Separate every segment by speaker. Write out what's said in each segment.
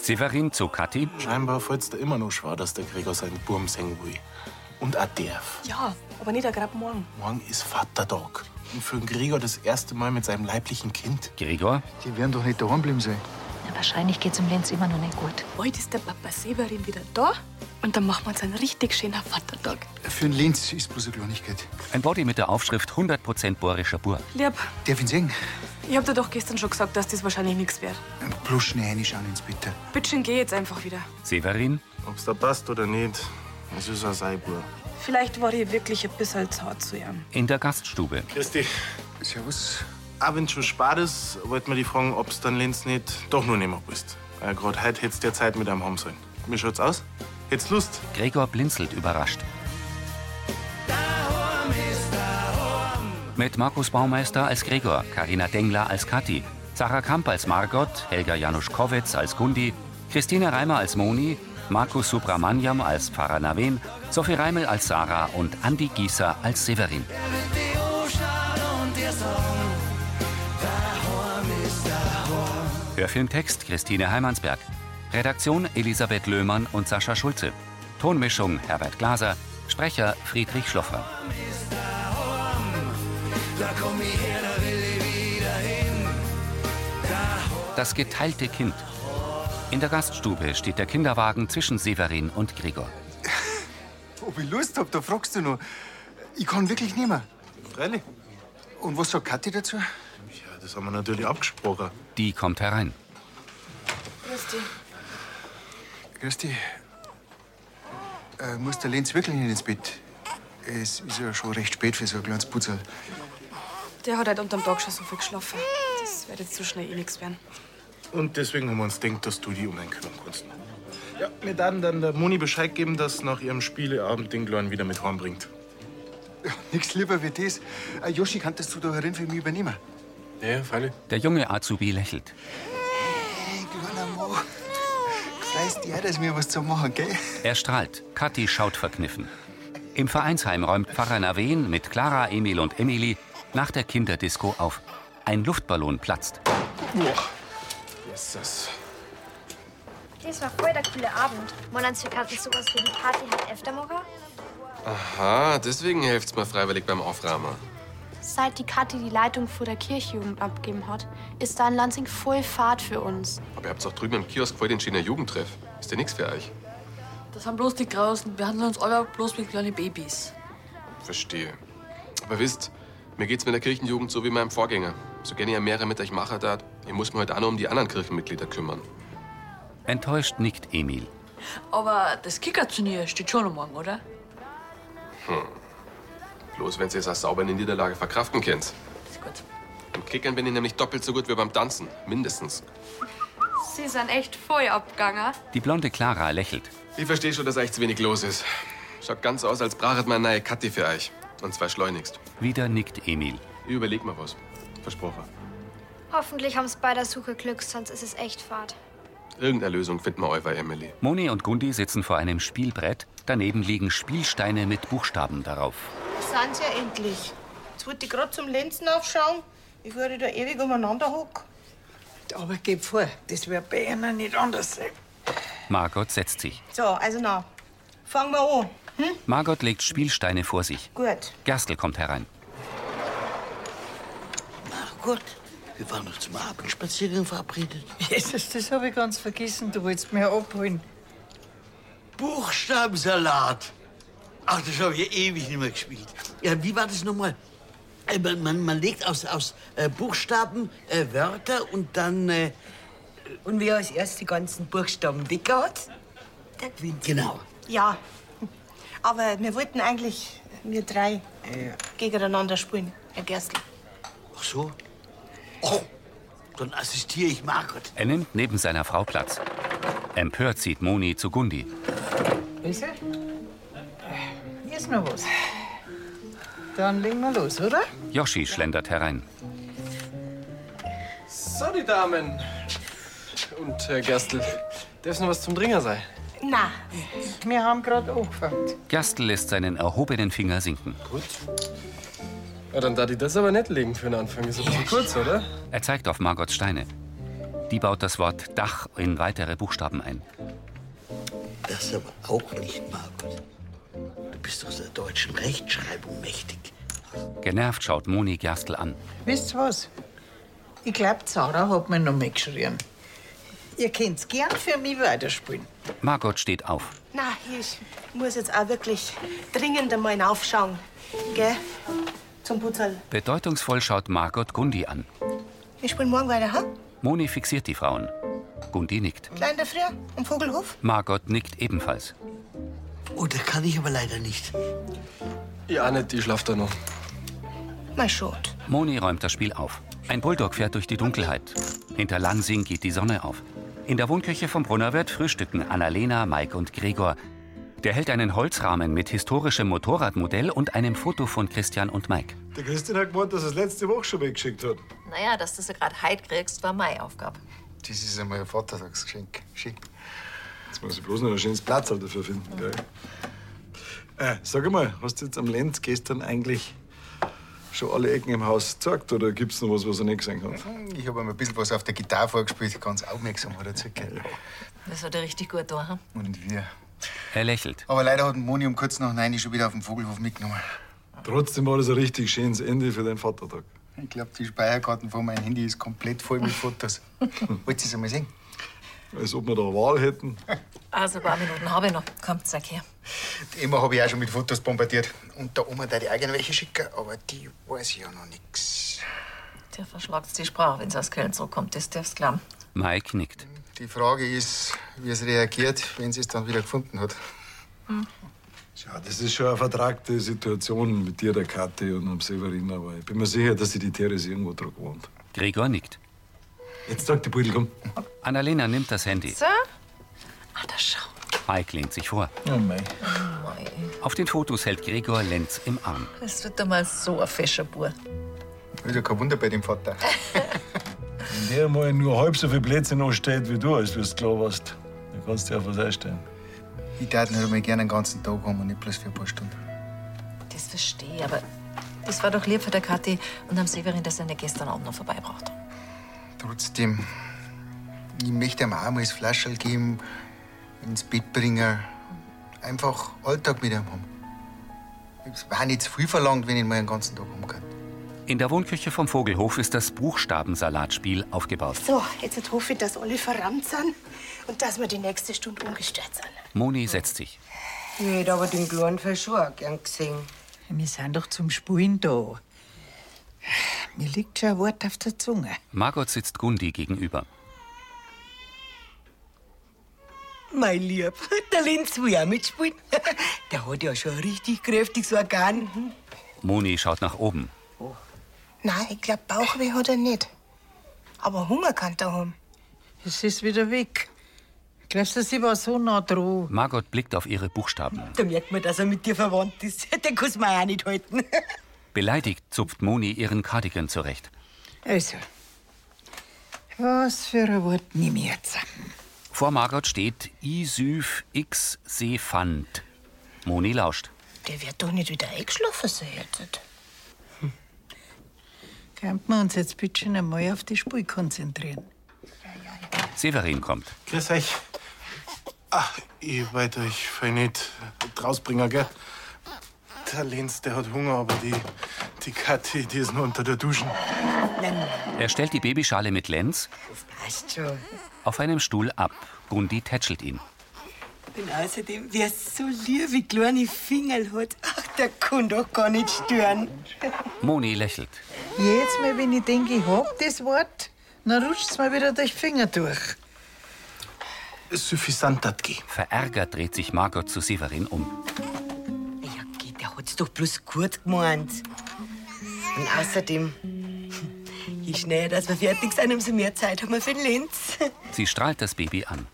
Speaker 1: Severin zu Kathi.
Speaker 2: Scheinbar fällt dir immer noch schwer, dass der Gregor seinen Burm sehen will. Und auch darf.
Speaker 3: Ja, aber nicht gerade morgen.
Speaker 2: Morgen ist Vatertag. Und für den Gregor das erste Mal mit seinem leiblichen Kind.
Speaker 1: Gregor?
Speaker 4: Die werden doch nicht daheim bleiben sein.
Speaker 5: Na, wahrscheinlich geht's um Lenz immer noch nicht gut.
Speaker 3: Heute ist der Papa Severin wieder da und dann machen wir uns einen richtig schönen Vatertag.
Speaker 4: Für den Linz ist bloß eine Kleinigkeit.
Speaker 1: Ein Body mit der Aufschrift 100% bohrischer Bur.
Speaker 3: Lieb,
Speaker 4: Darf ich ihn sehen?
Speaker 3: ich hab dir doch gestern schon gesagt, dass das wahrscheinlich nichts wird.
Speaker 4: Bloß schnell reinschauen ins Bitte.
Speaker 3: Bitte schön, geh jetzt einfach wieder.
Speaker 1: Severin?
Speaker 2: Ob's da passt oder nicht, es ist ein Seibur.
Speaker 3: Vielleicht war ich wirklich ein bisschen zu hart zu ihm.
Speaker 1: In der Gaststube.
Speaker 2: Christi.
Speaker 4: Servus.
Speaker 2: Auch wenn schon spät ist, wollte man die fragen, ob's dann Lenz nicht doch nur nehmen willst. Äh, Gerade heute hättest du ja Zeit mit einem haben sollen. Wie schaut's aus? Hättest Lust?
Speaker 1: Gregor blinzelt überrascht. Mit Markus Baumeister als Gregor, Karina Dengler als Kathi, Sarah Kamp als Margot, Helga Januszkowitz als Gundi, Christine Reimer als Moni, Markus Subramaniam als Pfarrer Navin, Sophie Reimel als Sarah und Andi Gieser als Severin. Hörfilmtext Christine Heimansberg. Redaktion Elisabeth Löhmann und Sascha Schulze. Tonmischung Herbert Glaser. Sprecher Friedrich Schloffer. Das geteilte Kind. In der Gaststube steht der Kinderwagen zwischen Severin und Gregor.
Speaker 4: Ob ich Lust hab, da fragst du noch. Ich kann wirklich nicht mehr.
Speaker 2: Freilich.
Speaker 4: Und was sagt Kathi dazu?
Speaker 2: Ja, das haben wir natürlich abgesprochen.
Speaker 1: Die kommt herein.
Speaker 4: Grüß dich. Äh, muss der Lenz wirklich nicht ins Bett? Es ist ja schon recht spät für so ein kleines Putzel.
Speaker 3: Der hat heute unterm Tag schon so viel geschlafen. Das wird jetzt so schnell eh nichts werden.
Speaker 2: Und deswegen haben wir uns gedacht, dass du die um einen kümmern kannst. Ja, wir werden dann der Moni Bescheid geben, dass nach ihrem Spieleabend den Kleinen wieder mit heimbringt.
Speaker 4: Ja, nix lieber wie das. Äh, Joschi, kannst du da herin für mich übernehmen?
Speaker 2: Ja, freilich.
Speaker 1: Der junge Azubi lächelt.
Speaker 4: Hey, kleiner Mo. Freust dich auch, dass wir was zu machen, gell?
Speaker 1: Er strahlt. Kathi schaut verkniffen. Im Vereinsheim räumt Pfarrer Naveen mit Clara, Emil und Emily nach der Kinderdisco auf. Ein Luftballon platzt.
Speaker 2: Yes, yes.
Speaker 6: Das war voll der coole Abend. Monan Zirkat ist sowas wie die Party halt hat Eftermorgen.
Speaker 7: Aha, deswegen helft's mir freiwillig beim Aufrahmen.
Speaker 8: Seit die Kathi die Leitung vor der Kirchjugend abgeben hat, ist da in Lansing voll Fahrt für uns.
Speaker 7: Aber ihr habt's auch drüben im Kiosk voll den China Jugendtreff. Ist ja nix für euch.
Speaker 9: Das haben bloß die Grausen. Behandeln uns alle bloß wie kleine Babys.
Speaker 7: Verstehe. Aber wisst, mir geht's mit der Kirchenjugend so wie meinem Vorgänger. So gerne ihr mehrere mit euch mache da, ich muss mir heute auch noch um die anderen Kirchenmitglieder kümmern.
Speaker 1: Enttäuscht nickt Emil.
Speaker 9: Aber das Kickerturnier steht schon am Morgen, oder?
Speaker 7: Hm. Bloß wenn ihr es als saubere Niederlage verkraften könnt.
Speaker 9: Ist gut.
Speaker 7: Im Kickern bin ich nämlich doppelt so gut wie beim Tanzen. Mindestens.
Speaker 8: Sie sind echt voll abgegangen.
Speaker 1: Die blonde Clara lächelt.
Speaker 7: Ich verstehe schon, dass euch zu wenig los ist. Schaut ganz so aus, als brachet meine neue Kathi für euch. Und zwar schleunigst.
Speaker 1: Wieder nickt Emil.
Speaker 7: Ich überleg mal was. Versprochen.
Speaker 6: Hoffentlich haben's bei der Suche Glück, sonst ist es echt fad.
Speaker 7: Irgendeine Lösung finden wir euch bei Emily.
Speaker 1: Moni und Gundi sitzen vor einem Spielbrett. Daneben liegen Spielsteine mit Buchstaben darauf.
Speaker 10: sind sie ja endlich. Jetzt wollte ich gerade zum Lenzen aufschauen. Ich würde da ewig umeinander hocken.
Speaker 9: Aber gib vor, das wird bei einer nicht anders eh. sein.
Speaker 1: Margot setzt sich.
Speaker 10: So, also na, fangen wir an.
Speaker 3: Hm?
Speaker 1: Margot legt Spielsteine vor sich.
Speaker 10: Gut.
Speaker 1: Gerstl kommt herein.
Speaker 9: Gut.
Speaker 11: Wir waren noch zum Abendspaziergang verabredet.
Speaker 9: Jesus, das habe ich ganz vergessen. Du wolltest mir abholen.
Speaker 11: Buchstabensalat. Ach, das habe ich ja ewig nicht mehr gespielt. Ja, wie war das nochmal? Äh, Man, man, man legt aus, aus äh, Buchstaben äh, Wörter und dann. Äh,
Speaker 9: Und wer als erst die ganzen Buchstaben weggehaut?
Speaker 11: der gewinnt. Genau.
Speaker 10: Ja. Aber wir wollten eigentlich, wir drei, gegeneinander spielen. Herr Gerstl.
Speaker 11: Ach so. Oh, dann assistiere ich Margot.
Speaker 1: Er nimmt neben seiner Frau Platz. Empört sieht Moni zu Gundi.
Speaker 9: Ist er? Hier ist noch was. Dann legen wir los, oder?
Speaker 1: Yoshi schlendert herein.
Speaker 7: So, die Damen. Und Herr Gerstl, darf's noch was zum Dringer sein?
Speaker 10: Na,
Speaker 9: Wir haben gerade angefangen.
Speaker 1: Gerstl lässt seinen erhobenen Finger sinken.
Speaker 7: Ja, dann darf ich das aber nicht legen für den Anfang. Ist ein bisschen kurz, oder?
Speaker 1: Er zeigt auf Margots Steine. Die baut das Wort Dach in weitere Buchstaben ein.
Speaker 12: Das aber auch nicht, Margot. Du bist doch der deutschen Rechtschreibung mächtig.
Speaker 1: Genervt schaut Moni Gerstl an.
Speaker 9: Wisst ihr was? Ich glaub, Zara hat mir noch mitgeschrien. Ihr könnt's gern für mich weiterspielen.
Speaker 1: Margot steht auf.
Speaker 3: Na, ich muss jetzt auch wirklich dringend einmal aufschauen. Gell? Zum Putzerl.
Speaker 1: Bedeutungsvoll schaut Margot Gundi an.
Speaker 3: Wir spielen morgen weiter, ha?
Speaker 1: Moni fixiert die Frauen. Gundi nickt.
Speaker 3: Klein der Früh, am Vogelhof?
Speaker 1: Margot nickt ebenfalls.
Speaker 12: Oh, da kann ich aber leider nicht.
Speaker 7: Ja, nicht, ich schlaf da noch.
Speaker 3: Mal schot.
Speaker 1: Moni räumt das Spiel auf. Ein Bulldog fährt durch die Dunkelheit. Hinter Lansing geht die Sonne auf. In der Wohnküche vom Brunnerwirt frühstücken Annalena, Mike und Gregor. Der hält einen Holzrahmen mit historischem Motorradmodell und einem Foto von Christian und Mike.
Speaker 13: Der Christian hat gemeint, dass er es letzte Woche schon weggeschickt hat.
Speaker 14: Naja, dass du sie gerade heit kriegst, war meine Aufgabe.
Speaker 13: Das ist einmal ein Vatertagsgeschenk. Schick. Jetzt muss ich bloß noch ein schönes Platz dafür finden, gell? Äh, sag mal, hast du jetzt am Lenz gestern eigentlich schon alle Ecken im Haus gezeigt oder gibt's noch was, was er nicht gesehen hat?
Speaker 4: Hm, Ich habe ihm ein bisschen was auf der Gitarre vorgespielt, ganz aufmerksam hat er zugehört.
Speaker 14: Das hat er richtig gut da. Hm?
Speaker 4: Und wir.
Speaker 1: Er lächelt.
Speaker 4: Aber leider hat Moni um kurz nach neun schon wieder auf dem Vogelhof mitgenommen.
Speaker 13: Trotzdem war das ein richtig schönes Ende für den Vatertag.
Speaker 4: Ich glaube, die Speicherkarten von meinem Handy ist komplett voll mit Fotos.
Speaker 14: hm?
Speaker 4: Wollt ihr es einmal sehen?
Speaker 13: Hm. Als ob wir da eine Wahl hätten.
Speaker 14: Also, ein paar Minuten habe ich noch. Kommt, sag her.
Speaker 4: Die Emma habe ich auch schon mit Fotos bombardiert. Und der Oma darf ich auch gerne welche schicken, aber die weiß ja noch nichts.
Speaker 14: Der verschlagt die Sprache, wenn sie aus Köln zurückkommt. Das darfst du glauben.
Speaker 1: Mike nickt.
Speaker 4: Die Frage ist, wie es reagiert, wenn sie es dann wieder gefunden hat.
Speaker 13: Ja, das ist schon eine vertragte Situation mit dir, der Kathi und dem Severin, aber ich bin mir sicher, dass sie die Therese irgendwo dran gewohnt.
Speaker 1: Gregor nickt.
Speaker 13: Jetzt sagt die um. Pudel, komm.
Speaker 1: Annalena nimmt das Handy.
Speaker 14: So? Ah, da schau.
Speaker 1: Mike lehnt sich vor.
Speaker 13: Oh mei.
Speaker 1: Auf den Fotos hält Gregor Lenz im Arm.
Speaker 14: Das wird einmal so ein fescher Bub.
Speaker 4: Wieder kein Wunder bei dem Vater.
Speaker 13: Wenn der mal nur halb so viele Plätze noch steht wie du, als du es klar warst, dann kannst du dir auf was einstellen.
Speaker 4: Ich darf ihn halt mal gerne den ganzen Tag haben und nicht bloß für ein paar Stunden.
Speaker 14: Das verstehe ich, aber das war doch lieb von der Kathi und am Severin, dass er nicht gestern Abend noch vorbeibracht hat.
Speaker 4: Trotzdem, ich möchte ihm auch mal das Flascherl geben, ins Bett bringen. Einfach Alltag mit ihm haben. Es war nicht zu viel verlangt, wenn ich ihn mal den ganzen Tag haben kann.
Speaker 1: In der Wohnküche vom Vogelhof ist das Buchstabensalatspiel aufgebaut.
Speaker 3: So, jetzt hoffe ich, dass alle verrammt sind und dass wir die nächste Stunde ungestört sind.
Speaker 1: Moni setzt sich.
Speaker 11: Ich hätte aber den kleinen Fall schon auch gern gesehen.
Speaker 9: Wir sind doch zum Spielen da. Mir liegt schon ein Wort auf der Zunge.
Speaker 1: Margot sitzt Gundi gegenüber.
Speaker 11: Mein Lieb, der Lenz will auch mitspielen. Der hat ja schon ein hm, richtig kräftiges Organ.
Speaker 1: Moni schaut nach oben.
Speaker 3: Nein, ich glaube, Bauchweh hat er nicht. Aber Hunger kann er haben.
Speaker 9: Es ist wieder weg. Glaubst du, sie war so nah dran?
Speaker 1: Margot blickt auf ihre Buchstaben.
Speaker 11: Da merkt man, dass er mit dir verwandt ist. Den kann's man auch nicht halten.
Speaker 1: Beleidigt zupft Moni ihren Cardigan zurecht.
Speaker 9: Also, was für ein Wort nimm ich jetzt?
Speaker 1: Vor Margot steht Isüf X Seefand. Moni lauscht.
Speaker 3: Der wird doch nicht wieder eingeschlafen sein jetzt.
Speaker 9: Hm. Könnten wir uns jetzt bitte schon einmal auf die Spur konzentrieren?
Speaker 1: Severin kommt.
Speaker 2: Grüß euch. Ach, ich weiter, ich will nicht rausbringen, gell? Der Lenz, der hat Hunger, aber die, die Kathi, die ist nur unter der Dusche.
Speaker 1: Er stellt die Babyschale mit Lenz
Speaker 11: Passt schon.
Speaker 1: auf einem Stuhl ab. Gundi tätschelt ihn.
Speaker 11: Und außerdem, wer so lieb wie kleine Finger hat, ach, der kann doch gar nicht stören.
Speaker 1: Moni lächelt.
Speaker 9: Jetzt mal, wenn ich denke, ich hab das Wort, dann rutscht's mir wieder durch die Finger durch.
Speaker 2: Suffisant dat geh.
Speaker 1: Verärgert dreht sich Margot zu Severin um.
Speaker 11: Der hat's Oh, doch bloß gut gemeint. Und außerdem, je schneller dass wir fertig sind, umso mehr Zeit haben wir für den Lenz.
Speaker 1: Sie strahlt das Baby an.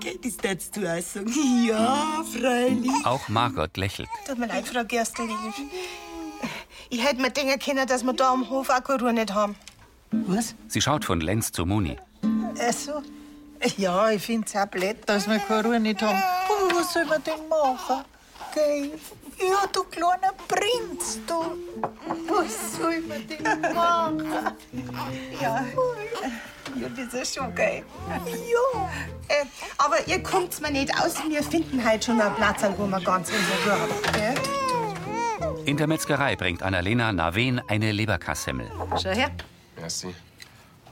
Speaker 11: Gell, das darfst du auch sagen. Ja, freilich.
Speaker 1: Auch Margot lächelt.
Speaker 3: Tut mir leid, Frau Gerstl. Ich, ich hätte mir denken können, dass wir da am Hof auch keine Ruhe nicht haben.
Speaker 9: Was?
Speaker 1: Sie schaut von Lenz zu Moni.
Speaker 9: Ach so. Ja, ich find's auch blöd, dass wir keine Ruhe nicht haben.
Speaker 10: um
Speaker 9: Aber was soll man denn machen? Gell? Ja, du kleiner Prinz, du. Was soll man denn machen? Ja.
Speaker 10: Ja, das ist schon geil. Ja. Äh, aber ihr kommt's mir nicht aus. Wir finden halt schon einen Platz, wo wir ganz unsere Ruhe haben. Gell?
Speaker 1: In der Metzgerei bringt Annalena Naven eine Leberkassemmel.
Speaker 14: Schau her.
Speaker 7: Merci.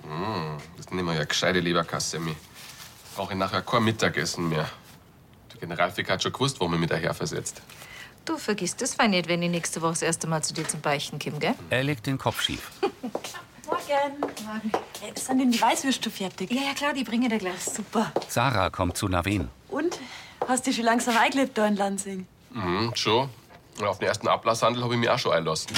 Speaker 7: Mm, das nehmen wir ja gescheite Leberkassemi. Brauche ich nachher kein Mittagessen mehr. Der Generalfik hat schon gewusst, warum er mich daher versetzt.
Speaker 14: Du vergisst das fein nicht, wenn ich nächste Woche das erste Mal zu dir zum Beichten komme, gell?
Speaker 1: Er legt den Kopf schief.
Speaker 8: Morgen. Morgen. Sind denn die Weißwürste fertig?
Speaker 14: Ja, ja, klar, die bringe dir gleich. Super.
Speaker 1: Sarah kommt zu Naven.
Speaker 8: Und? Hast du schon langsam eingelebt da in Lansing?
Speaker 7: Mhm, schon. Und auf den ersten Ablasshandel habe ich mich auch schon einlassen.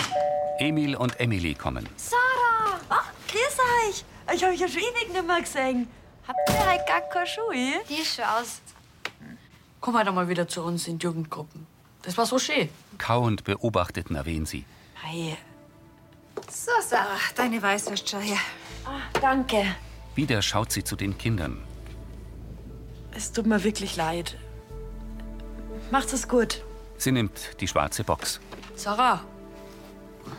Speaker 1: Emil und Emily kommen.
Speaker 8: Sarah! Ach, Ah, grüß euch! Ich habe euch ja schon ewig nicht mehr gesehen. Habt ihr heute gar keine Schuhe? Die ist schon aus. Komm halt mal wieder zu uns in die Jugendgruppen. Das war so schön.
Speaker 1: Kauend beobachtet Naven sie.
Speaker 8: Hi.
Speaker 14: So, Sarah, deine Weißwurst, schau her.
Speaker 8: Danke.
Speaker 1: Wieder schaut sie zu den Kindern.
Speaker 8: Es tut mir wirklich leid. Macht es gut.
Speaker 1: Sie nimmt die schwarze Box.
Speaker 8: Sarah,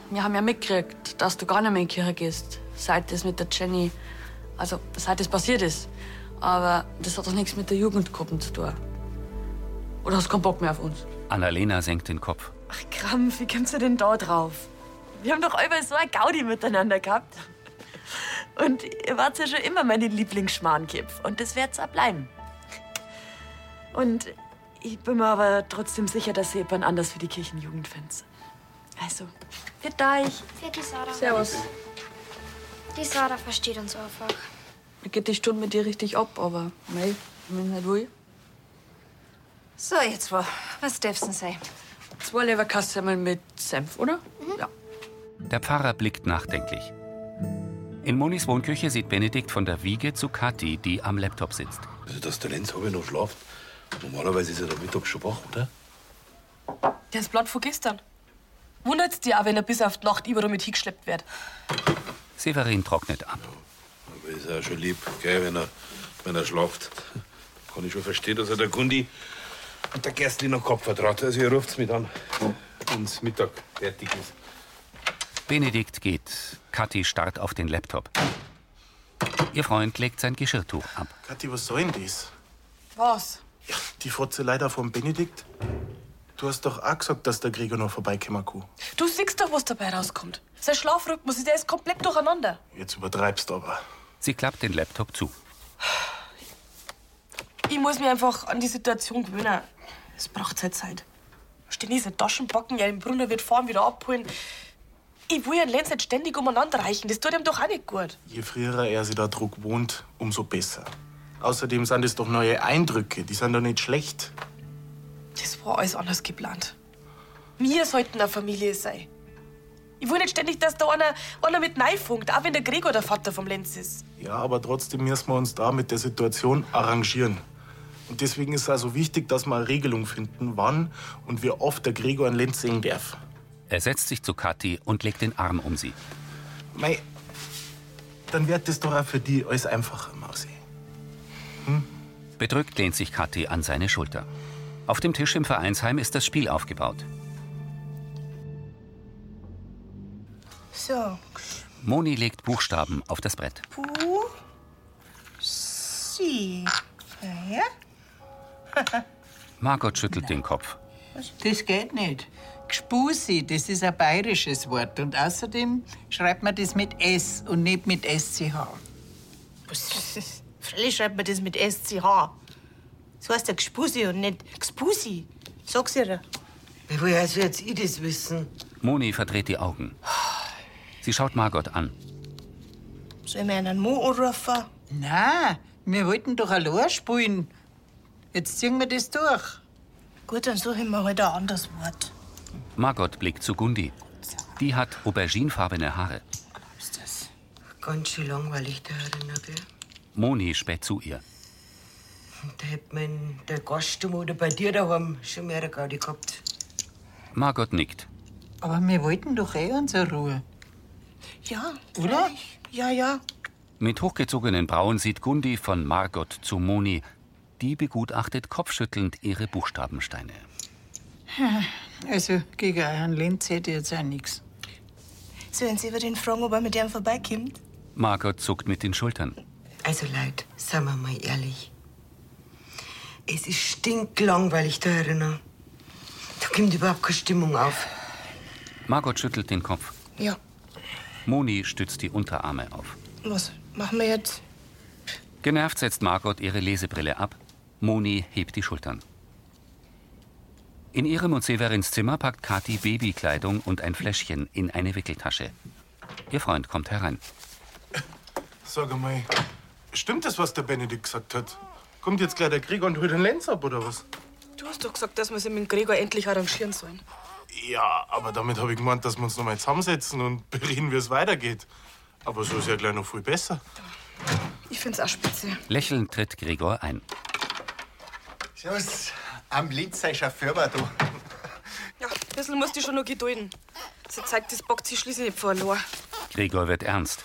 Speaker 8: wir haben ja mitgekriegt, dass du gar nicht mehr in die Kirche gehst, seit das mit der Jenny, also seit das passiert ist. Aber das hat doch nichts mit der Jugendgruppe zu tun. Oder hast du keinen Bock mehr auf uns?
Speaker 1: Annalena senkt den Kopf.
Speaker 8: Krampf, wie kommst du denn da drauf? Wir haben doch immer so ein Gaudi miteinander gehabt. Und ihr wart ja schon immer meine Lieblingsschmarrnkipf. Und das wird's auch bleiben. Und ich bin mir aber trotzdem sicher, dass ihr jemand anders für die Kirchenjugend findet. Also, wird euch.
Speaker 6: Für die Sarah.
Speaker 8: Servus.
Speaker 6: Die Sarah versteht uns einfach.
Speaker 8: Mir geht die Stunde mit dir richtig ab, aber mei, wenn nicht will.
Speaker 14: So, jetzt war. Was darf's denn sein?
Speaker 8: Zwei Leverkassemel mit Senf, oder? Ja.
Speaker 1: Der Pfarrer blickt nachdenklich. In Monis Wohnküche sieht Benedikt von der Wiege zu Kathi, die am Laptop sitzt.
Speaker 15: Also, dass der Lenz habe noch schlaft. Normalerweise ist er doch mittags schon wach, oder?
Speaker 3: Das Blatt von gestern. Wundert's dich auch, wenn er bis auf die Nacht überall mit hingeschleppt wird?
Speaker 1: Severin trocknet ab.
Speaker 15: Aber ist er auch schon lieb, gell, wenn er, wenn er schlaft. Kann ich schon verstehen, dass er der Gundi und der Gerstli noch Kopf vertraut. Also, ihr ruft's mit an, wenn's Mittag fertig ist.
Speaker 1: Benedikt geht. Kathi starrt auf den Laptop. Ihr Freund legt sein Geschirrtuch ab.
Speaker 2: Kathi, was soll denn das?
Speaker 3: Was?
Speaker 2: Die Fotzeleider vom Benedikt? Du hast doch auch gesagt, dass der Gregor noch vorbeikommen kann.
Speaker 3: Du siehst doch, was dabei rauskommt. Sein Schlafrhythmus ist, der ist komplett durcheinander.
Speaker 2: Jetzt übertreibst aber.
Speaker 1: Sie klappt den Laptop zu.
Speaker 3: Ich muss mich einfach an die Situation gewöhnen. Es braucht seine Zeit. Stehen diese Taschenbacken, ja, im Brunner wird fahren, wieder abholen. Ich will ihren Lenz nicht ständig umeinander reichen. Das tut ihm doch auch nicht gut.
Speaker 2: Je früher er sich da Druck wohnt, umso besser. Außerdem sind es doch neue Eindrücke. Die sind doch nicht schlecht.
Speaker 3: Das war alles anders geplant. Wir sollten eine Familie sein. Ich will nicht ständig, dass da einer, einer mit Nein funkt, auch wenn der Gregor der Vater vom Lenz ist.
Speaker 2: Ja, aber trotzdem müssen wir uns da mit der Situation arrangieren. Und deswegen ist es also wichtig, dass wir eine Regelung finden, wann und wie oft der Gregor einen Lenz sehen darf.
Speaker 1: Er setzt sich zu Kathi und legt den Arm um sie.
Speaker 2: Mei, dann wird das doch auch für die alles einfacher, Mausi.
Speaker 1: Bedrückt lehnt sich Kathi an seine Schulter. Auf dem Tisch im Vereinsheim ist das Spiel aufgebaut.
Speaker 10: So,
Speaker 1: Moni legt Buchstaben auf das Brett.
Speaker 10: Puh. Sie. Ja, ja.
Speaker 1: Margot schüttelt den Kopf.
Speaker 9: Das geht nicht. Gspusi, das ist ein bayerisches Wort. Und außerdem schreibt man das mit S und nicht mit SCH.
Speaker 10: Was? Freilich schreibt man das mit SCH. Das heißt ja Gspusi und nicht Gspusi. Sag's ihr.
Speaker 11: Woher soll jetzt ich das wissen?
Speaker 1: Moni verdreht die Augen. Sie schaut Margot an.
Speaker 10: Soll ich mir einen Mo anrufen?
Speaker 9: Nein, wir wollten doch allein spielen. Jetzt ziehen wir das durch.
Speaker 10: Gut, dann suche ich mir halt ein anderes Wort.
Speaker 1: Margot blickt zu Gundi. Die hat auberginefarbene Haare.
Speaker 11: Ganz schön langweilig, der Herr Renner, gell?
Speaker 1: Moni späht zu ihr.
Speaker 11: Da hätte man in der Gaststube oder bei dir daheim schon mehr eine Gaudi gehabt.
Speaker 1: Margot nickt.
Speaker 9: Aber wir wollten doch eh unsere Ruhe.
Speaker 10: Ja,
Speaker 9: Oder?
Speaker 10: freilich. Ja, ja.
Speaker 1: Mit hochgezogenen Brauen sieht Gundi von Margot zu Moni. Die begutachtet kopfschüttelnd ihre Buchstabensteine.
Speaker 9: Also gegen Herrn Lenz hätte ich jetzt auch nichts.
Speaker 10: Sollen Sie über den fragen, ob er mit dem vorbeikommt?
Speaker 1: Margot zuckt mit den Schultern.
Speaker 11: Also Leute, seien wir mal ehrlich. Es ist stinklangweilig da drinnen. Da kommt überhaupt keine Stimmung auf.
Speaker 1: Margot schüttelt den Kopf.
Speaker 3: Ja,
Speaker 1: Moni stützt die Unterarme auf.
Speaker 3: was machen wir jetzt?
Speaker 1: Genervt setzt Margot ihre Lesebrille ab. Moni hebt die Schultern. In ihrem und Severins Zimmer packt Kathi Babykleidung und ein Fläschchen in eine Wickeltasche. Ihr Freund kommt herein.
Speaker 2: Sag einmal, stimmt das, was der Benedikt gesagt hat? Kommt jetzt gleich der Gregor und holt den Lenz ab, oder was?
Speaker 3: Du hast doch gesagt, dass wir sie mit dem Gregor endlich arrangieren sollen.
Speaker 2: Ja, aber damit habe ich gemeint, dass wir uns nochmal zusammensetzen und bereden, wie es weitergeht. Aber so ist ja gleich noch viel besser.
Speaker 3: Ich find's auch spitze.
Speaker 1: Lächelnd tritt Gregor ein.
Speaker 4: Servus, am Linz sei Chauffeur war da.
Speaker 3: Ja, ein bisschen musst du schon noch gedulden. Sie zeigt, das bockt sie schließlich nicht verloren.
Speaker 1: Gregor wird ernst.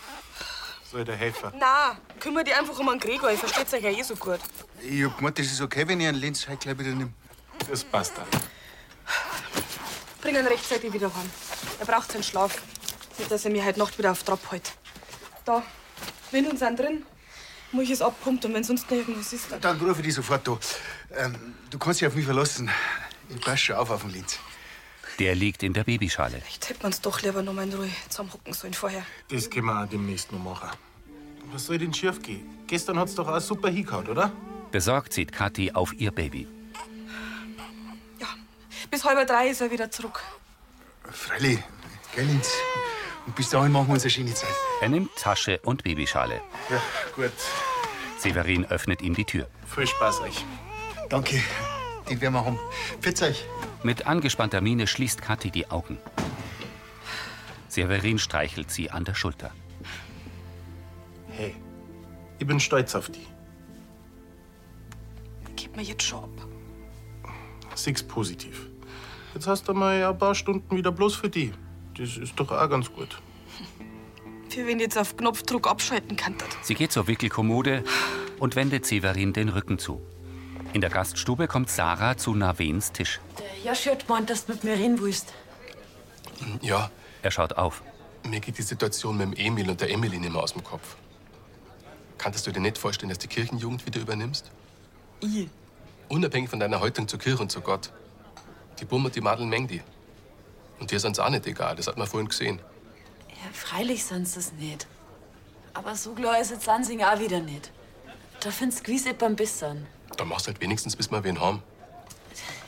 Speaker 2: Soll der Helfer?
Speaker 3: Na, kümmere dich einfach um den Gregor, ich versteht's euch ja eh so gut.
Speaker 4: Ich hab gemeint, das ist okay, wenn ich einen Lenz heute gleich wieder nehme.
Speaker 2: Das passt dann.
Speaker 3: Bring ihn rechtzeitig wieder heim. Er braucht seinen Schlaf. Nicht, dass er mir heute Nacht wieder auf Trab hält. Da, Windeln sind drin. Muss ich es abpumpt und wenn sonst noch irgendwas ist, dann.
Speaker 4: Dann rufe ich dich sofort da. Ähm, du kannst dich auf mich verlassen. Ich passe schon auf auf den Linz.
Speaker 1: Der liegt in der Babyschale.
Speaker 3: Jetzt hätte man's doch lieber noch mal in Ruhe zusammenhocken sollen vorher.
Speaker 2: Das können wir auch demnächst noch machen. Was soll denn schief gehen? Gestern hat's doch auch super hingehauen, oder?
Speaker 1: Besorgt sieht Kathi auf ihr Baby.
Speaker 3: Bis halb drei ist er wieder zurück.
Speaker 4: Freilich, gell, Linz? Und bis dahin machen wir uns eine schöne Zeit.
Speaker 1: Er nimmt Tasche und Babyschale.
Speaker 2: Ja, gut.
Speaker 1: Severin öffnet ihm die Tür.
Speaker 2: Viel Spaß euch.
Speaker 4: Danke, den werden wir haben. Pfiat euch.
Speaker 1: Mit angespannter Miene schließt Kathi die Augen. Severin streichelt sie an der Schulter.
Speaker 2: Hey, ich bin stolz auf die.
Speaker 3: Gib mir jetzt schon ab.
Speaker 2: Six positiv. Jetzt hast du mal ein paar Stunden wieder bloß für die. Das ist doch auch ganz gut.
Speaker 3: Für wen jetzt auf Knopfdruck abschalten kann, das.
Speaker 1: Sie geht zur Wickelkommode und wendet Severin den Rücken zu. In der Gaststube kommt Sarah zu Navens Tisch.
Speaker 8: Joshi hat gemeint, dass du mit mir reden willst.
Speaker 7: Ja.
Speaker 1: Er schaut auf.
Speaker 7: Mir geht die Situation mit dem Emil und der Emily nicht mehr aus dem Kopf. Kanntest du dir nicht vorstellen, dass die Kirchenjugend wieder übernimmst?
Speaker 8: Ich.
Speaker 7: Unabhängig von deiner Haltung zur Kirche und zu Gott. Die Bumm und die Madeln mengen die. Und dir sind's auch nicht egal, das hat man vorhin gesehen.
Speaker 8: Ja, freilich sonst das nicht. Aber so klar ist jetzt Lansing auch wieder nicht. Da find's gewiss beim Bissern.
Speaker 7: Da machst halt wenigstens bis mal wen haben.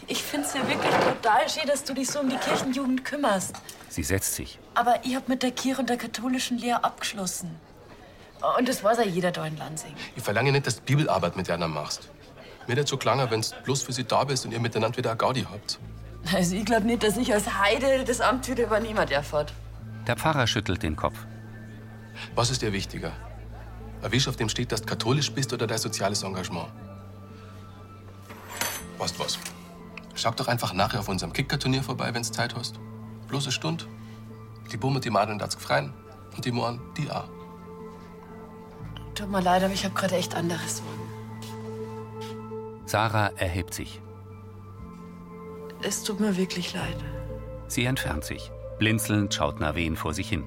Speaker 8: Ich find's ja wirklich total schön, dass du dich so um die Kirchenjugend kümmerst.
Speaker 1: Sie setzt sich.
Speaker 8: Aber ich hab mit der Kirche und der katholischen Lehre abgeschlossen. Und das weiß ja jeder da in Lansing.
Speaker 7: Ich verlange nicht, dass du Bibelarbeit mit einer machst. Mir dazu klanger, wenn's bloß für sie da bist und ihr miteinander wieder eine Gaudi habt.
Speaker 8: Also ich glaube nicht, dass ich als Heide das Amt wieder übernehmen darf.
Speaker 1: Der Pfarrer schüttelt den Kopf.
Speaker 7: Was ist dir wichtiger? Ein Wisch, auf dem steht, dass du katholisch bist oder dein soziales Engagement? Weißt was? Schau doch einfach nachher auf unserem Kicker-Turnier vorbei, wenn's Zeit hast. Bloße Stund. Die Bumme, die Madeln, das gefreien. Und die Mohren, die auch.
Speaker 8: Tut mir leid, aber ich hab gerade echt anderes.
Speaker 1: Sarah erhebt sich.
Speaker 8: Es tut mir wirklich leid.
Speaker 1: Sie entfernt sich. Blinzelnd schaut Naven vor sich hin.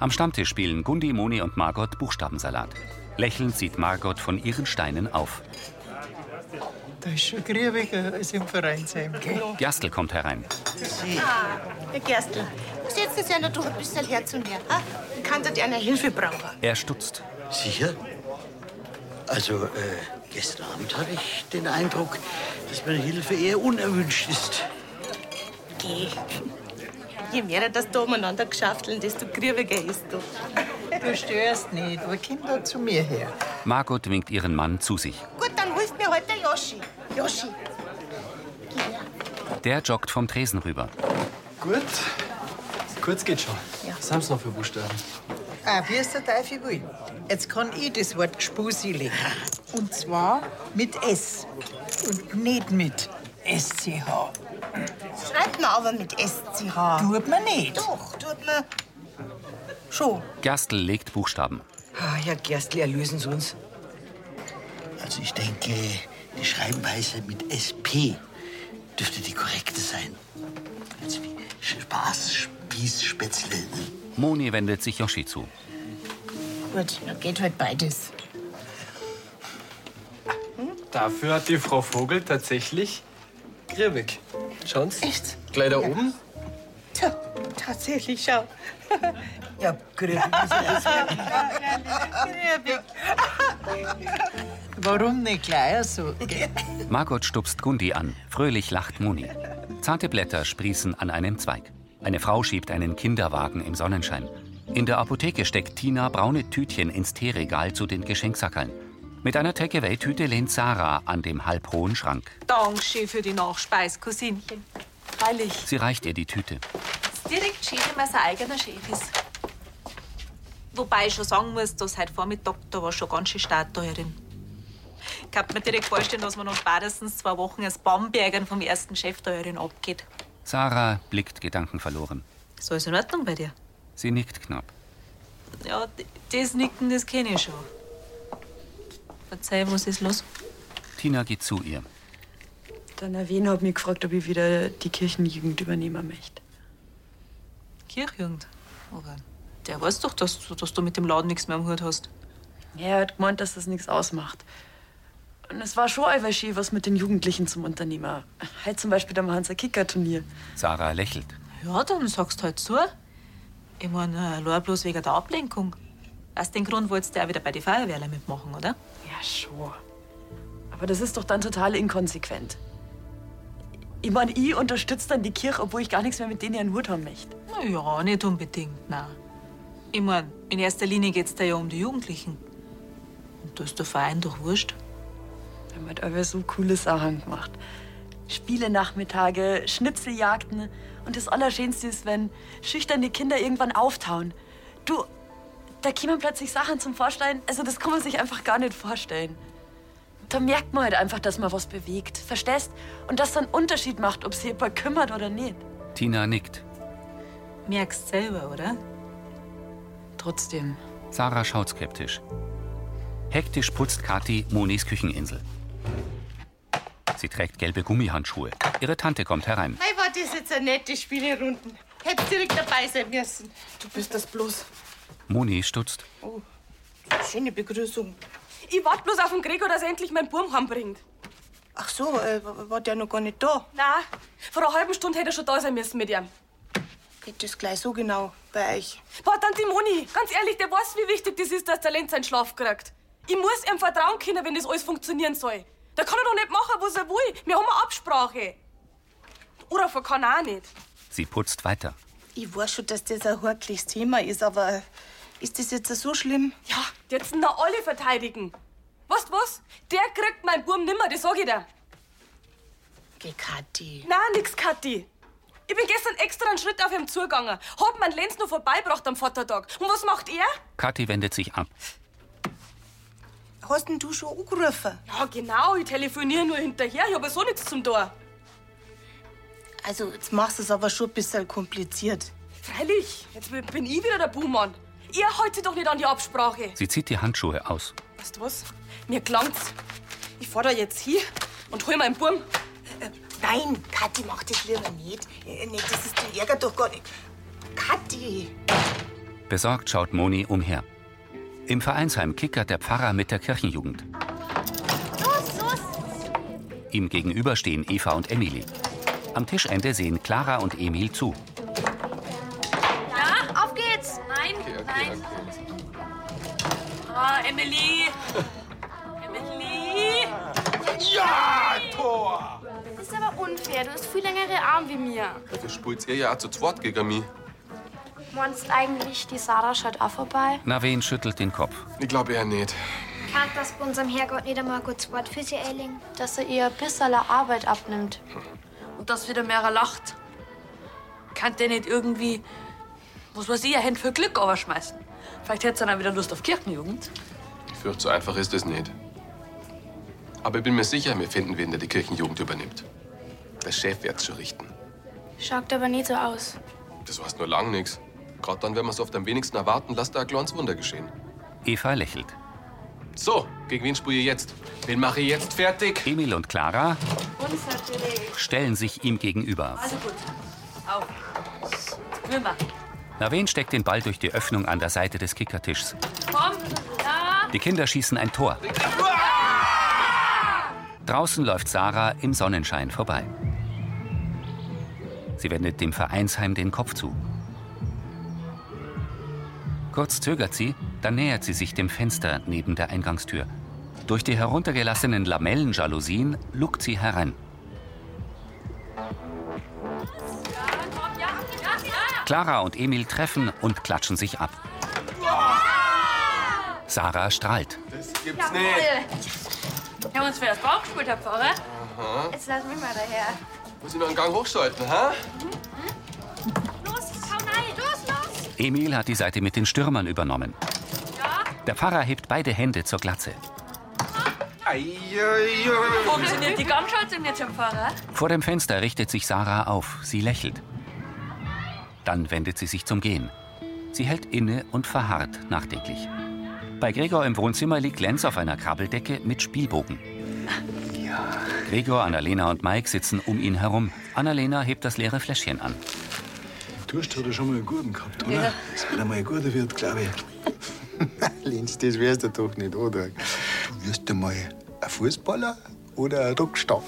Speaker 1: Am Stammtisch spielen Gundi, Moni und Margot Buchstabensalat. Lächelnd sieht Margot von ihren Steinen auf.
Speaker 16: Da ist schon griebiger als im Vereinsheim, gell?
Speaker 1: Gerstl kommt herein.
Speaker 3: Ah, Herr Gerstl. Setz dich einer durch ein bisschen her zu mir. Ah, kann dir einer Hilfe brauchen?
Speaker 1: Er stutzt.
Speaker 12: Sicher? Also, äh, gestern Abend hatte ich den Eindruck, dass meine Hilfe eher unerwünscht ist.
Speaker 3: Geh. Je mehr das da umeinander geschafteln, desto griebiger ist du.
Speaker 16: Du störst nicht. Wo kommt da zu mir her?
Speaker 1: Margot winkt ihren Mann zu sich.
Speaker 3: Gut, dann hilft mir heute der Joschi. Joschi.
Speaker 1: Der joggt vom Tresen rüber.
Speaker 17: Gut. Kurz geht schon. Was haben Sie noch für Buchstaben?
Speaker 16: Ah, wie ist der Teufel will. Jetzt kann ich das Wort Gespusi legen. Und zwar mit S. Und nicht mit SCH.
Speaker 3: Schreibt man aber mit SCH.
Speaker 16: Tut man nicht.
Speaker 3: Doch, tut man. Schon.
Speaker 1: Gerstl legt Buchstaben.
Speaker 11: Ah, Herr Gerstl, erlösen Sie uns.
Speaker 12: Also, ich denke, die Schreibweise mit SP dürfte die korrekte sein. Also wie Spaß, Spieß, Spätzle.
Speaker 1: Moni wendet sich Yoshi zu.
Speaker 3: Gut, dann geht halt beides.
Speaker 18: Dafür hat die Frau Vogel tatsächlich grimmig. Schauen's? Echt? Gleich da oben?
Speaker 11: Tja, tatsächlich, schau.
Speaker 9: Ja, grüß
Speaker 11: Warum nicht gleich so? gell?
Speaker 1: Margot stupst Gundi an. Fröhlich lacht Moni. Zarte Blätter sprießen an einem Zweig. Eine Frau schiebt einen Kinderwagen im Sonnenschein. In der Apotheke steckt Tina braune Tütchen ins Teeregal zu den Geschenksackeln. Mit einer Takeaway-Tüte lehnt Sarah an dem halbhohen Schrank.
Speaker 19: Dankeschön für die Nachspeis, Cousinchen. Freilich,
Speaker 1: Sie reicht ihr die Tüte.
Speaker 19: direkt schön, wenn man sein eigener Chef ist. Wobei ich schon sagen muss, dass heute Vormittag da war schon ganz schön Start da herin. Ich kann mir direkt vorstellen, dass man noch spätestens zwei Wochen als Bambergern vom ersten Chef da herin abgeht.
Speaker 1: Sarah blickt gedankenverloren.
Speaker 19: Ist alles in Ordnung bei dir?
Speaker 1: Sie nickt knapp.
Speaker 19: Ja, d- das Nicken, das kenne ich schon. Verzeih, was ist los?
Speaker 1: Tina geht zu ihr.
Speaker 8: Der Navin hat mich gefragt, ob ich wieder die Kirchenjugend übernehmen möchte.
Speaker 19: Kirchjugend. Aber der weiß doch, dass, du- dass du mit dem Laden nichts mehr am Hut hast.
Speaker 8: Er hat gemeint, dass das nichts ausmacht. Und es war schon einmal schön, was mit den Jugendlichen zum Unternehmer. Halt zum Beispiel beim Hansa-Kicker-Turnier.
Speaker 1: Sarah lächelt.
Speaker 19: Ja, dann sagst halt zu. Ich meine, allein bloß wegen der Ablenkung. Aus dem Grund wolltest du auch wieder bei den Feuerwehrler mitmachen, oder?
Speaker 8: Ja, schon. Aber das ist doch dann total inkonsequent. Ich meine, ich unterstütze dann die Kirche, obwohl ich gar nichts mehr mit denen in Hut haben möchte.
Speaker 19: Na ja, nicht unbedingt, nein. Ich meine, in erster Linie geht's da ja um die Jugendlichen. Und da ist der Verein doch wurscht.
Speaker 8: Wir haben halt alle so coole Sachen gemacht. Spiele-Nachmittage, Schnitzeljagden. Und das Allerschönste ist, wenn schüchterne Kinder irgendwann auftauen. Du, da kämen plötzlich Sachen zum Vorschein. Also, das kann man sich einfach gar nicht vorstellen. Da merkt man halt einfach, dass man was bewegt. Verstehst? Und dass dann Unterschied macht, ob sich jemand kümmert oder nicht.
Speaker 1: Tina nickt.
Speaker 19: Merkst selber, oder?
Speaker 8: Trotzdem.
Speaker 1: Sarah schaut skeptisch. Hektisch putzt Kathi Monis Kücheninsel. Sie trägt gelbe Gummihandschuhe. Ihre Tante kommt herein.
Speaker 10: Hey, war das jetzt eine nette Spielerunden? Hättest direkt dabei sein müssen. Du bist das bloß.
Speaker 1: Moni stutzt.
Speaker 10: Oh, schöne Begrüßung.
Speaker 3: Ich warte bloß auf den Gregor, dass er endlich meinen Burm heimbringt.
Speaker 10: Ach so, äh, war der noch gar nicht da?
Speaker 3: Na, vor einer halben Stunde hätte er schon da sein müssen mit ihm.
Speaker 10: Geht das gleich so genau bei euch?
Speaker 3: Boah, Tante Moni, ganz ehrlich, der weiß, wie wichtig das ist, dass der Lenz seinen Schlaf kriegt. Ich muss ihm vertrauen können, wenn das alles funktionieren soll. Da kann er doch nicht machen, was er will. Wir haben eine Absprache. Oder von kann er auch nicht.
Speaker 1: Sie putzt weiter.
Speaker 10: Ich weiß schon, dass das ein horkliches Thema ist, aber äh, ist das jetzt so schlimm?
Speaker 3: Ja, jetzt na alle verteidigen. Weißt du was? Der kriegt meinen Burm nimmer, das sag ich dir.
Speaker 10: Geh, Kathi.
Speaker 3: Na, nix, Kathi. Ich bin gestern extra einen Schritt auf ihm zugegangen, hab meinen Lenz nur vorbeibracht am Vatertag. Und was macht er?
Speaker 1: Kathi wendet sich ab.
Speaker 3: Hast denn du schon angerufen? Ja, genau, ich telefoniere nur hinterher, ich habe so nichts zum Tor.
Speaker 10: Also, jetzt machst du es aber schon ein bisschen kompliziert.
Speaker 3: Freilich, jetzt bin- bin ich wieder der Buhmann. Ihr haltet doch nicht an die Absprache.
Speaker 1: Sie zieht die Handschuhe aus.
Speaker 3: Weißt du was? Mir klang's. Ich fahr da jetzt hin und hol meinen Burm.
Speaker 10: Nein, Kathi, mach das lieber nicht. Äh, Nee, das ist den Ärger doch gar nicht. Kathi!
Speaker 1: Besorgt schaut Moni umher. Im Vereinsheim kickert der Pfarrer mit der Kirchenjugend.
Speaker 20: Los, los!
Speaker 1: Ihm gegenüber stehen Eva und Emily. Am Tischende sehen Clara und Emil zu.
Speaker 19: Ja, auf geht's! Nein, nein. Ah, Emily! Emily!
Speaker 7: Ja, Tor!
Speaker 6: Das ist aber unfair. Du hast viel längere Arme wie mir.
Speaker 7: Dafür spielt ihr ja auch zu zweit gegen mich.
Speaker 6: Meinst eigentlich, die Sarah schaut auch vorbei?
Speaker 1: Naveen schüttelt den Kopf.
Speaker 7: Ich glaube eher nicht.
Speaker 6: Kann das bei unserem Herrgott nicht einmal kurz Wort für sie eilen? Dass er ihr ein bisschen Arbeit abnimmt.
Speaker 19: Und dass wieder mehrer lacht. Kann der nicht irgendwie, was weiß ich, ein Hände für Glück überschmeißen? Vielleicht hätt's dann auch wieder Lust auf Kirchenjugend.
Speaker 7: Ich fürchte, so einfach ist es nicht. Aber ich bin mir sicher, wir finden wen, der die Kirchenjugend übernimmt. Der Chef wird's schon richten.
Speaker 6: Schaut aber nicht so aus.
Speaker 7: Das heißt nur lang nichts. Gerade dann, wenn man es oft am wenigsten erwarten, lasst da ein kleines Wunder geschehen.
Speaker 1: Eva lächelt.
Speaker 7: So, gegen wen spiele ich jetzt? Wen mache ich jetzt fertig?
Speaker 1: Emil und Clara
Speaker 19: Uns natürlich.
Speaker 1: stellen sich ihm gegenüber.
Speaker 19: Also gut. Auf. Jetzt wir.
Speaker 1: Naveen steckt den Ball durch die Öffnung an der Seite des Kickertischs.
Speaker 19: Komm. Ja.
Speaker 21: Ah,
Speaker 1: Die Kinder schießen ein Tor. Draußen läuft Sarah im Sonnenschein vorbei. Sie wendet dem Vereinsheim den Kopf zu. Kurz zögert sie, dann nähert sie sich dem Fenster neben der Eingangstür. Durch die heruntergelassenen Lamellenjalousien lugt sie herein. Clara und Emil treffen und klatschen sich ab. Sarah strahlt.
Speaker 7: Das gibt's nicht.
Speaker 21: Wir haben uns für das Bauch gespielt, Herr Pfarrer.
Speaker 7: Aha.
Speaker 22: Jetzt lass mich mal daher.
Speaker 7: Muss ich noch einen Gang hochschalten, ha?
Speaker 22: Los, komm rein! Los, los!
Speaker 1: Emil hat die Seite mit den Stürmern übernommen. Der Pfarrer hebt beide Hände zur Glatze.
Speaker 21: Funktioniert die Gangschaltung jetzt, Herr Pfarrer?
Speaker 1: Vor dem Fenster richtet sich Sarah auf. Sie lächelt. Dann wendet sie sich zum Gehen. Sie hält inne und verharrt nachdenklich. Bei Gregor im Wohnzimmer liegt Lenz auf einer Krabbeldecke mit Spielbogen. Gregor, Annalena und Mike sitzen um ihn herum. Annalena hebt das leere Fläschchen an.
Speaker 13: Durst hat er schon mal einen guten gehabt, oder?
Speaker 23: Ja.
Speaker 13: Das wird einmal ein guter Wirt, glaube ich.
Speaker 23: Lenz, das wärst du doch nicht, oder? Du wirst einmal ein Fußballer oder ein Rockstock.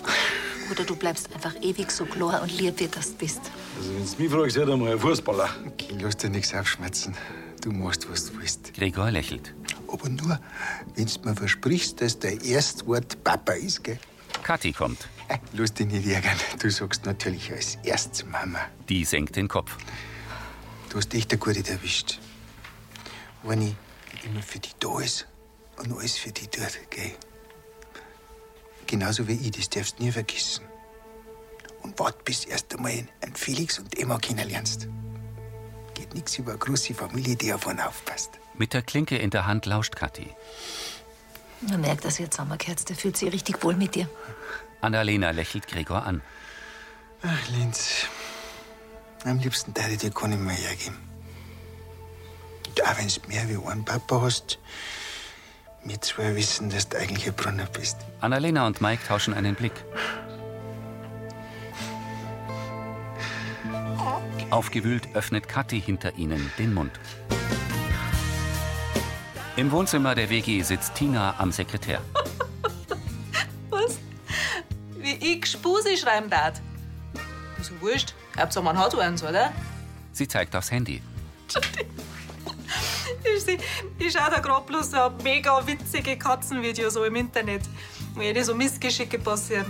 Speaker 14: Oder du bleibst einfach ewig so klar und lieb, wie das bist.
Speaker 13: Also, wenn du mich fragst, hätte einmal ein Fußballer.
Speaker 23: Okay, lass dir nichts aufschmerzen. Du machst, was du willst.
Speaker 1: Gregor lächelt.
Speaker 23: Aber nur, wenn du mir versprichst, dass dein Erstwort Papa ist, gell?
Speaker 1: Kathi kommt.
Speaker 23: Lass dich nicht ärgern. Du sagst natürlich als erstes Mama.
Speaker 1: Die senkt den Kopf.
Speaker 23: Du hast echt eine gute erwischt. Eine, die immer für dich da ist und alles für dich tut, gell? Genauso wie ich, das darfst du nie vergessen. Und wart bis erst einmal einen Felix und Emma kennenlernst. Geht nichts über eine große Familie, die auf einen aufpasst.
Speaker 1: Mit der Klinke in der Hand lauscht Kathi.
Speaker 14: Man merkt, dass ihr zusammengehört. Der fühlt sich richtig wohl mit dir.
Speaker 1: Annalena lächelt Gregor an.
Speaker 23: Ach, Linz. Am liebsten darf ich dir gar nicht mehr hergeben. Und auch wenn du mehr wie einen Papa hast, wir zwei wissen, dass du eigentlich ein Brunner bist.
Speaker 1: Annalena und Mike tauschen einen Blick. Aufgewühlt öffnet Kathi hinter ihnen den Mund. Im Wohnzimmer der WG sitzt Tina am Sekretär.
Speaker 19: Was? Wie ich Spusi schreiben darf. Ist ja wurscht. Habt's man hat eins, oder?
Speaker 1: Sie zeigt aufs Handy.
Speaker 19: Ich, seh- ich schau da grad bloß so mega witzige Katzenvideos so im Internet. Wo jede so Missgeschicke passieren.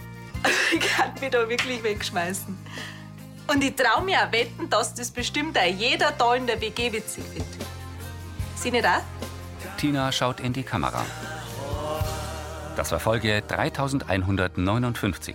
Speaker 19: Ich kann mich da wirklich wegschmeißen. Und ich trau mir auch wetten, dass das bestimmt auch jeder da in der WG witzig findet. Sie nicht auch?
Speaker 1: Tina schaut in die Kamera. Das war Folge 3159.